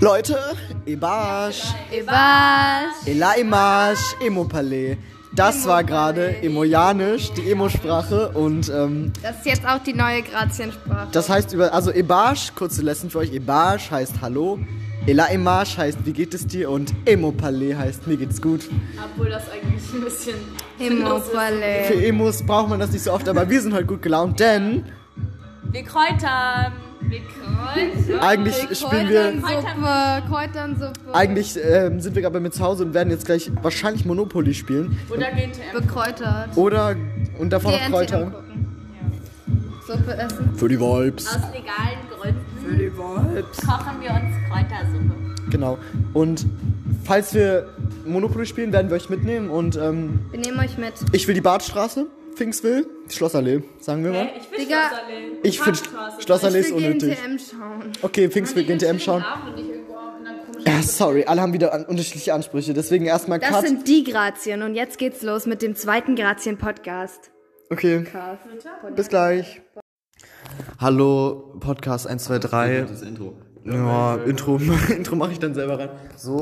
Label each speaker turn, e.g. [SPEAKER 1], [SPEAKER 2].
[SPEAKER 1] Leute, Ebash,
[SPEAKER 2] Was?
[SPEAKER 1] Elaimash, Emopalais. Das war gerade Emojanisch, die Emo-Sprache. Und ähm,
[SPEAKER 2] Das ist jetzt auch die neue Graziensprache.
[SPEAKER 1] das heißt über, also Ebash, kurze Lesson für euch. Ebash heißt Hallo, Elaimash heißt Wie geht es dir und Emopalais heißt Mir geht's gut.
[SPEAKER 3] Obwohl das eigentlich ein bisschen.
[SPEAKER 1] Für
[SPEAKER 2] Himmelvolle.
[SPEAKER 1] Emos braucht man das nicht so oft, aber wir sind heute gut gelaunt, denn
[SPEAKER 3] Wir kräutern. Wir kräutern.
[SPEAKER 1] eigentlich spielen wir...
[SPEAKER 2] Kräuternsuppe, Kräuternsuppe,
[SPEAKER 1] Eigentlich ähm, sind wir gerade bei mir zu Hause und werden jetzt gleich wahrscheinlich Monopoly spielen.
[SPEAKER 3] Oder GTM.
[SPEAKER 2] bekräutert.
[SPEAKER 1] Oder und davon noch
[SPEAKER 2] TNT
[SPEAKER 1] Kräuter.
[SPEAKER 2] angucken. Suppe essen.
[SPEAKER 1] Für die Vibes.
[SPEAKER 3] Aus legalen Gründen. Für die Vibes. Kochen wir uns Kräutersuppe.
[SPEAKER 1] Genau. Und falls wir Monopoly spielen, werden wir euch mitnehmen. Und ähm,
[SPEAKER 2] Wir nehmen euch mit.
[SPEAKER 1] ich will die Badstraße, Pfingswill, die Schlossallee, sagen wir mal.
[SPEAKER 3] Hey, ich will
[SPEAKER 2] Digga,
[SPEAKER 3] Schlossallee.
[SPEAKER 1] Ich finde
[SPEAKER 3] Parkstraße.
[SPEAKER 1] Schlossallee ist
[SPEAKER 2] Ich will
[SPEAKER 1] unnötig.
[SPEAKER 2] GNTM schauen.
[SPEAKER 1] Okay, Pfingswill, GNTM schauen. Ja, sorry, alle haben wieder an, unterschiedliche Ansprüche. Deswegen erstmal
[SPEAKER 2] Das
[SPEAKER 1] Cut.
[SPEAKER 2] sind die Grazien und jetzt geht's los mit dem zweiten Grazien-Podcast.
[SPEAKER 1] Okay, bis gleich.
[SPEAKER 4] Hallo, Podcast 123.
[SPEAKER 5] Das Intro.
[SPEAKER 4] Ja, Intro, Intro mache ich dann selber rein. So.